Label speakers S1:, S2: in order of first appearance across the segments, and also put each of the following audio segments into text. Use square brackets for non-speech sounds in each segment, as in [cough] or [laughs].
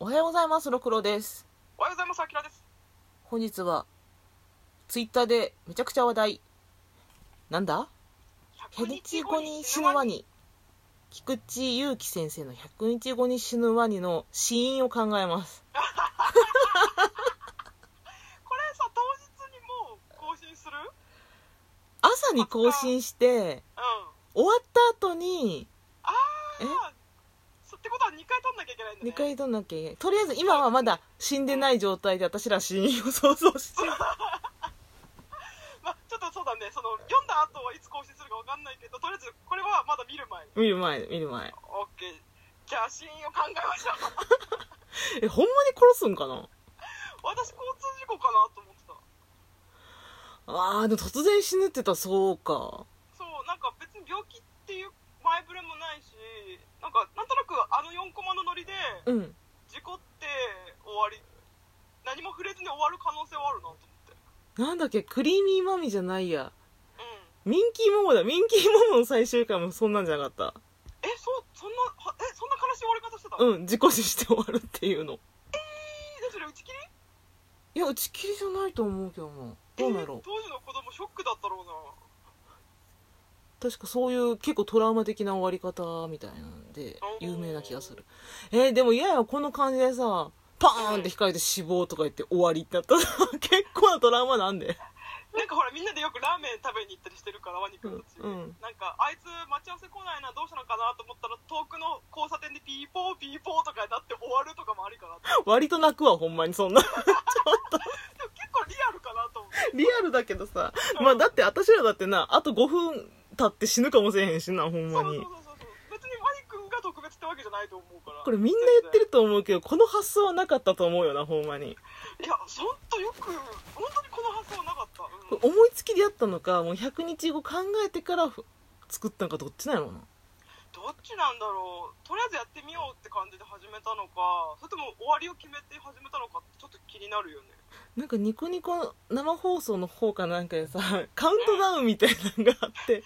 S1: おはようございますろくろです
S2: おはようございます、あきらです。
S1: 本日はツイッターでめちゃくちゃ話題なんだ100
S2: 100
S1: 日後に死ぬワニ菊池祐希先生の100日後に死ぬワニの死因を考えます
S2: これさ、当日にもう更新するうん。
S1: 朝に更新して
S2: あ
S1: 終わった後に
S2: あ。そってことは2回撮んなきゃいけないんだね。
S1: 2回どんなきゃいけないとりあえず今はまだ死んでない状態で私ら死因を想像して
S2: まあ、ちょっとそうだね、その、読んだ後はいつ更新するかわかんないけど、とりあえずこれはまだ見る前に。
S1: 見る前見る前
S2: オッケー。じゃあ、死因を考えまし
S1: え
S2: ょう。 [laughs]
S1: ほんまに殺すんかな
S2: 私、交通事故かなと思ってた。
S1: あーでも突然死ぬって言ったらそうか
S2: そう、なんか別に病気っていう前触れもないし、なんか、なんとなくあの4コマのノリで、
S1: うん
S2: 事故って終わり、何も触れずに終わる可能性はあるなと思って。
S1: なんだっけクリーミーマミじゃないや
S2: うん。
S1: ミンキーモモだミンキーモモの最終回もそんなんじゃなかっ
S2: えそうそんなはえそんな悲しい終わり方してた
S1: た
S2: の、え
S1: うん自己死して終わるっていうの
S2: ーそれ打ち切り
S1: いや打ち切りじゃないと思うけどなどうなんやろ
S2: えー当時の子供ショックだったろうな
S1: 確かそういう結構トラウマ的な終わり方みたいなんで
S2: おー
S1: 有名な気がするえーでも嫌やこの感じでさパーンって控えて死亡とか言って終わりってなった [laughs] ら結構なトラウマなんで
S2: なんかほらみんなでよくラーメン食べに行ったりしてるからワニ君たち、
S1: うんうん
S2: なんかあいつ待ち合わせ来ないなどうしたのかなと思ったら遠くの交差点でピーポーピーポーとかになって終わるとかもありかなって
S1: 割と泣くわほんまにそんな
S2: でも結構リアルかなと思って
S1: [laughs] リアルだけどさまあだって私らだってなあと5分経って死ぬかもしれへんしなほんま
S2: そうそう
S1: に
S2: そうそう別にワニ君が特別ってわけじゃないと思うから
S1: これみんな言ってると思うけどこの発想はなかったと思うよなほんまに
S2: いやほんとよく本当にこの発想なかった、うん
S1: これ思いつきでやったのかもう100日後考えてからふ作ったのかどっちなのな
S2: どっちなんだろうとりあえずやってみようって感じで始めたのかそれとも終わりを決めて始めたのかってちょっと気になるよね
S1: なんかニコニコ生放送の方かなんかでさ [laughs] カウントダウンみたいなのがあって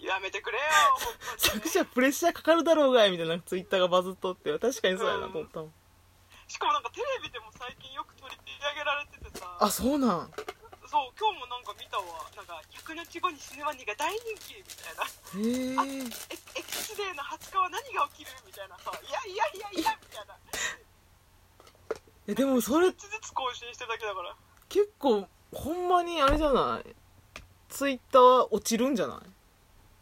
S2: やめてくれよ本当に
S1: [laughs] 作者プレッシャーかかるだろうがいみたいなツイッターがバズっとって確かにそうやなと思ったもん
S2: しかもなんかテレビでも最近よく取り上げられててさ
S1: あそうなん
S2: そう今日もなんか見たわなんか「100日後に死ぬワニが大人気」みたいな「
S1: へえ
S2: えエキスデーの20日は何が起きる?」みたいなさ「いやいやいやいや」みたいな
S1: えでもそれ
S2: 一つずつ更新してるだけだから
S1: 結構ほんまにあれじゃないツイッターは落ちるんじゃない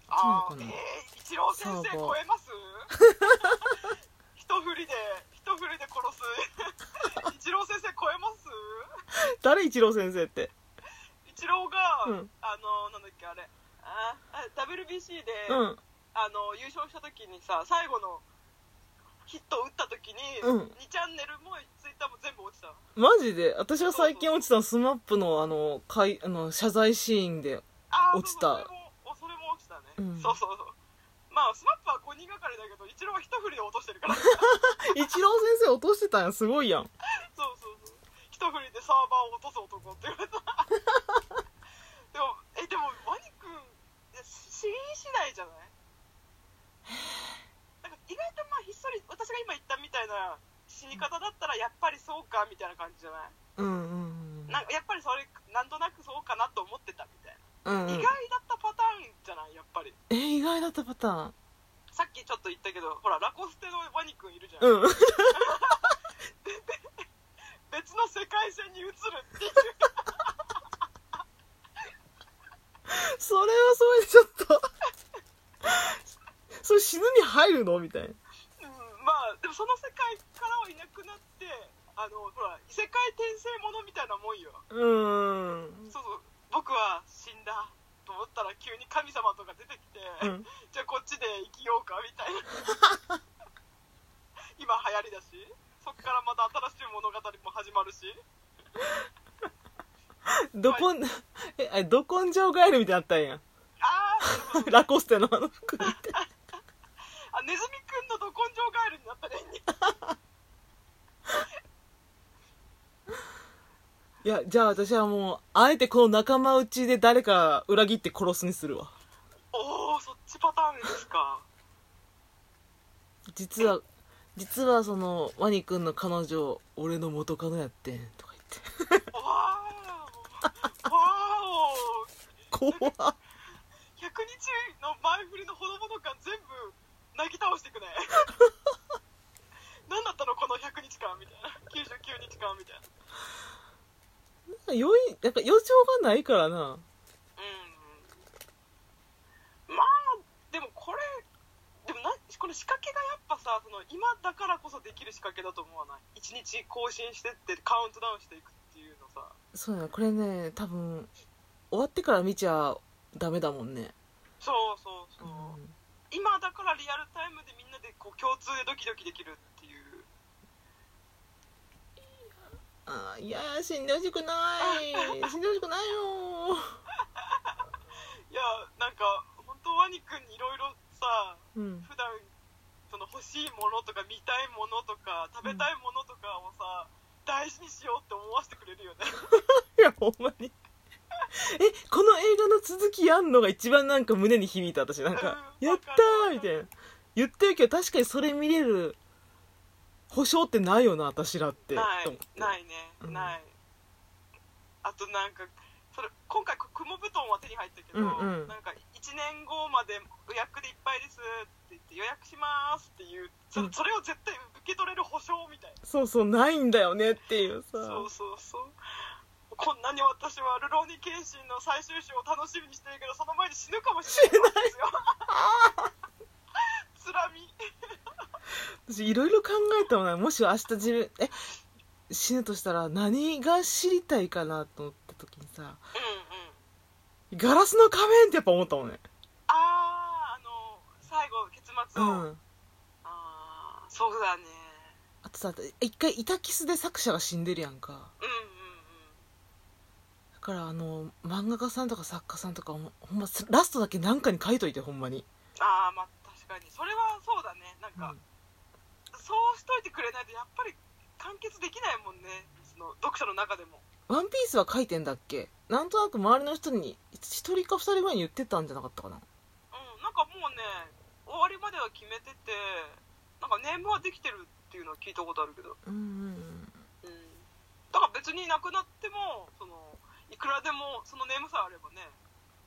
S2: あ
S1: そうなの
S2: ー
S1: かな
S2: えー、一郎先生
S1: そう
S2: 超えます
S1: [laughs]
S2: 一振りで一振りで殺
S1: [laughs]
S2: す一郎先生超えます
S1: 誰一郎先生って
S2: 一郎が、
S1: うん
S2: あのなんだっけあれああ WBC で、
S1: うん
S2: あの優勝した時にさ最後のヒットを打った時に、
S1: うん
S2: 2チャンネルもツイッターも全部落ちたの
S1: マジで私が最近落ちたのスマップのあのかいあの謝罪シーンで
S2: あー
S1: 落ちた
S2: そうそうそれもそれも落ちたね、
S1: うん
S2: そうそうそうまあスマップは5人がかりだけど一郎は一振りで落としてるから
S1: 一郎先生落としてたんやすごいやん
S2: そうそうそう一振りでサーバーを落とす男って言われた [laughs] でもえでもワニくんえ死因次第じゃないなんか意外とまあひっそり私が今言ったみたいな死に方だったらやっぱりそうかみたいな感じじゃない
S1: うんうん
S2: なんかやっぱりそれなんとなくそうかなと思ってたみたい
S1: うん、
S2: な、
S1: うん
S2: 意外だったパターンじゃないやっぱり
S1: え意外だったパターン
S2: さっきちょっと言ったけどほらラコステのワニくんいるじゃん、
S1: うん
S2: 別の世界線に移るっていう
S1: それはそれでちょっとそれ死ぬに入るのみたいな
S2: うんまあでもその世界からはいなくなってあのほら異世界転生ものみたいなもんよ、
S1: うーん
S2: そうそう僕は死んだと思ったら急に神様とか出てきて、
S1: うん
S2: じゃあこっちで生きようかみたいな
S1: [laughs]
S2: 今流行りだしそっからまた新しい物語も始まるし
S1: どこん、えあれど根性ガエルみたいになったんや
S2: あー
S1: ラコステのあの服みたいな
S2: あネズミくんのど根性ガエルになったね
S1: いやじゃあ私はもうあえてこの仲間内で誰か裏切って殺すにするわ
S2: おおそっちパターンですか
S1: 実は実はそのワニくんの彼女俺の元カノやってんとか
S2: わーおわーお
S1: 言って怖っ
S2: 100日の前振りのほのぼの感全部なぎ倒してくね何だったのこの100日間みたいな99日間みたいな
S1: 余韻なんか余剰がないからな
S2: うんまあでもこれでもなこの仕掛けがやっぱさその今だからこそできる仕掛けだと思わない1日更新してってカウントダウンしていくっていうのさ
S1: そうやなこれね多分終わってから見ちゃダメだもんね、
S2: そうそうそう
S1: ん、
S2: う、今だからリアルタイムでみんなでこう共通でドキドキできるっていう
S1: あーいやー死んでほしく [laughs] ない死んでほしくないよ
S2: いやなんか本当ワニくんにいろいろさ
S1: ーうん
S2: 普段その欲しいものとか見たいものとか食べたいものとかをさ、大事にしようって思わせてくれる
S1: [laughs]
S2: よね
S1: いやほんまにえこの映画の続きやんのが一番なんか胸に響いた私なんか「
S2: うん
S1: やったー!」みたいな言ってるけど確かにそれ見れる保証ってないよな私らって
S2: な
S1: と思っ
S2: い
S1: て
S2: ないね、
S1: うん
S2: ないあとなんかそれ今回く雲布団は手に入ったけど、
S1: うんうん
S2: なんか1年後まで予約でいっぱいですって言って予約しますっていうそ,、
S1: うん
S2: それを絶対受け取れる保証みたいな
S1: そうそうないんだよねっていうさ
S2: そうそうそうこんなに私は「ルローニケンシン」の最終章を楽しみにしてるけどその前に死ぬかもしれないんですよ
S1: [laughs]
S2: つらみ
S1: 私いろいろ考えたもんなもし明日自分え死ぬとしたら何が知りたいかなと思った時にさ
S2: うんう
S1: 「
S2: ん
S1: ガラスの仮面」ってやっぱ思ったもんね
S2: あああの最後結末
S1: う
S2: を、
S1: ん
S2: ああそうだね
S1: あとさ一回イタキスで作者が死んでるやんか
S2: うんうん
S1: だからあの漫画家さんとか作家さんとかほんほんまラストだけなんかに書いといてほんまに、
S2: うんああまあ確かにそれはそうだねなん
S1: うん
S2: か、そうしといてくれないとやっぱり完結できないもんねその読者の中でも
S1: ワンピースは書いてんだっけなんとなく周りの人に一人か二人ぐらいに言ってたんじゃなかったかな
S2: うんなんかもうね終わりまでは決めててなんかネームはできてるっていうのは聞いたことあるけど
S1: うんうん
S2: うんだから別になくなってもそのいくらでもそのネームさえあればね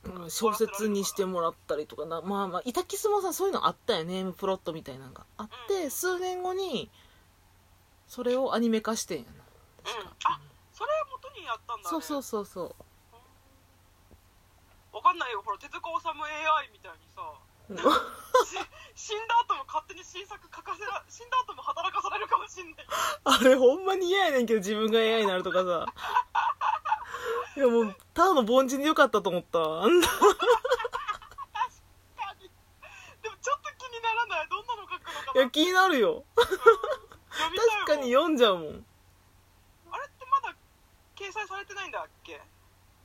S1: うんうん小説にしてもらったりとかなまあまあイタキスもさそういうのあったよねネームプロットみたいなのがあって、
S2: うん
S1: 数年後にそれをアニメ化してんやな確か、
S2: うんあそれ元にやったんだね
S1: そうそうそうそう
S2: わかんないよほら手塚治虫 AI みたいに
S1: [laughs]
S2: さ
S1: うん
S2: し死んだ後も勝手に新作書かせら死んだ後も働かされるかもしんない [laughs]
S1: あれほんまに嫌やねんけど自分が AI になるとかさいやもうただの凡人でよかったと思ったわあんな
S2: でもちょっと気にならないどんなの書くの
S1: い
S2: か
S1: や
S2: な
S1: 気になるよ
S2: 読みた
S1: 確
S2: いも
S1: かに読ん
S2: ん
S1: じゃうもん
S2: あれってまだ掲載されてないんだっけ、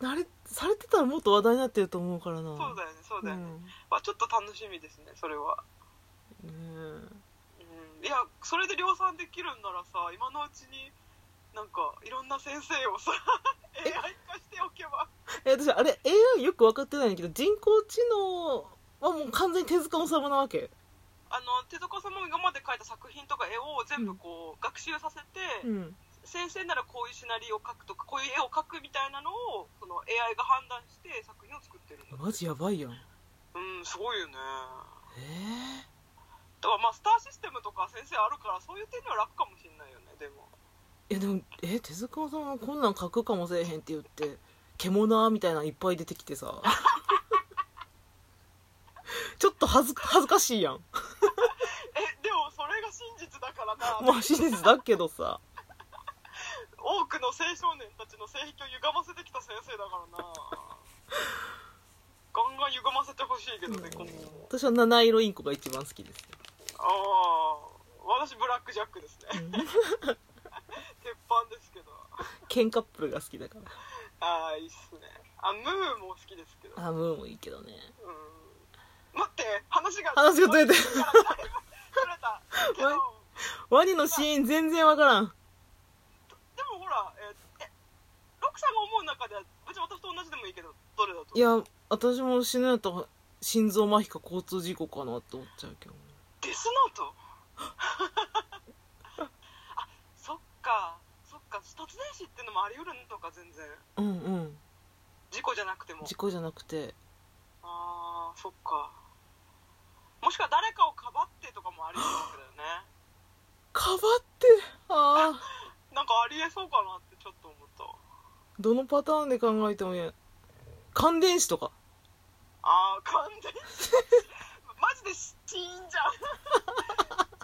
S1: あれされてたらもっと話題になってると思うからな
S2: そうだよねそうだよね、
S1: ね
S2: まあ、ちょっと楽しみですねそれは、
S1: うんね
S2: うん、いやそれで量産できるんならさ今のうちになんかいろんな先生をさ AI 化しておけば
S1: ええ私あれ AI よく分かってないんだけど人工知能はもう完全に手塚治虫なわけ
S2: あの手塚さんも今まで書いた作品とか絵を全部こう、学習させて、
S1: うん
S2: 先生ならこういうシナリオを書くとかこういう絵を描くみたいなのをその AI が判断して作品を作ってるんだ
S1: マジやばいやんえ
S2: うんすごいよね
S1: え
S2: だからまあスターシステムとか先生あるからそういう点では楽かもしれないよねでも
S1: いやでもえ手塚治虫がこんなん書くかもせえへんって言って獣みたいなのいっぱい出てきてさ [laughs] ちょっと恥ず恥ずかしいやん
S2: えでもそれが真実だから
S1: [laughs]
S2: な
S1: まあ真実だけどさ
S2: 多くの青少年たちの性癖を歪ませてきた先生だか
S1: [laughs]
S2: らなガンガン歪ませてほしいけどね、今後も
S1: 私は七色インコが一番好きです
S2: ああ私ブラックジャックですね
S1: [laughs]
S2: 鉄板ですけど
S1: ケンカップルが好きだか
S2: ああいいっすねあムーも好きですけど
S1: らあムーもいいけどね
S2: うん待って話が
S1: 話がずれてる
S2: ずれたけど
S1: [laughs] はい [laughs] ワニのシーン全然わからん
S2: でもほらえーえロクさんが思う中では別に私と同じでもいいけどどれだと
S1: いや私も死ぬやったら心臓麻痺か交通事故かなって思っちゃうけど
S2: デスノート [laughs] もあり得るのか全然
S1: うんうん
S2: 事故じゃなくても
S1: 事故じゃなくて
S2: あーそっかもしくは誰かをかばってとかもあり得るわけだよ
S1: [laughs]
S2: ね
S1: かばってああ
S2: なんかありえそうかなってちょっと思った
S1: どのパターンで考えてもいいや感電子とか
S2: ああ完
S1: [laughs]
S2: 全にマジで死因じゃ
S1: [laughs]
S2: ん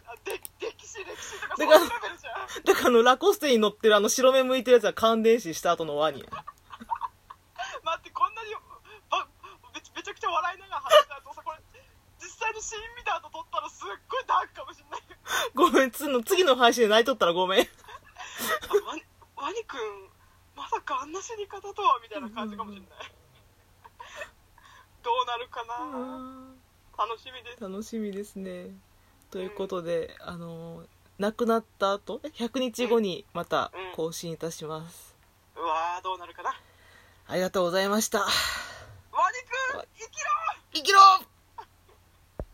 S2: あで歴史歴史とか
S1: だ
S2: そう
S1: から
S2: いうレベルじゃん
S1: だからあのラコステに乗ってるあの白目向いてるやつは感電子した後のワニ
S2: 待ってこんなにばめちめちゃくちゃ笑いながら話した後さこれ実際にシーン見た後撮ったらすっごいダークかもしんないよ
S1: ごめんつの次の配信で泣いとったらごめん
S2: あワニワニくんまさかあんな死に方とはみたいな感じかもしんないどうなるかな楽しみです
S1: 楽しみですねということで、あの亡くなった後え100日後にまた更新いたします、
S2: うわーどうなるかな
S1: ありがとうございました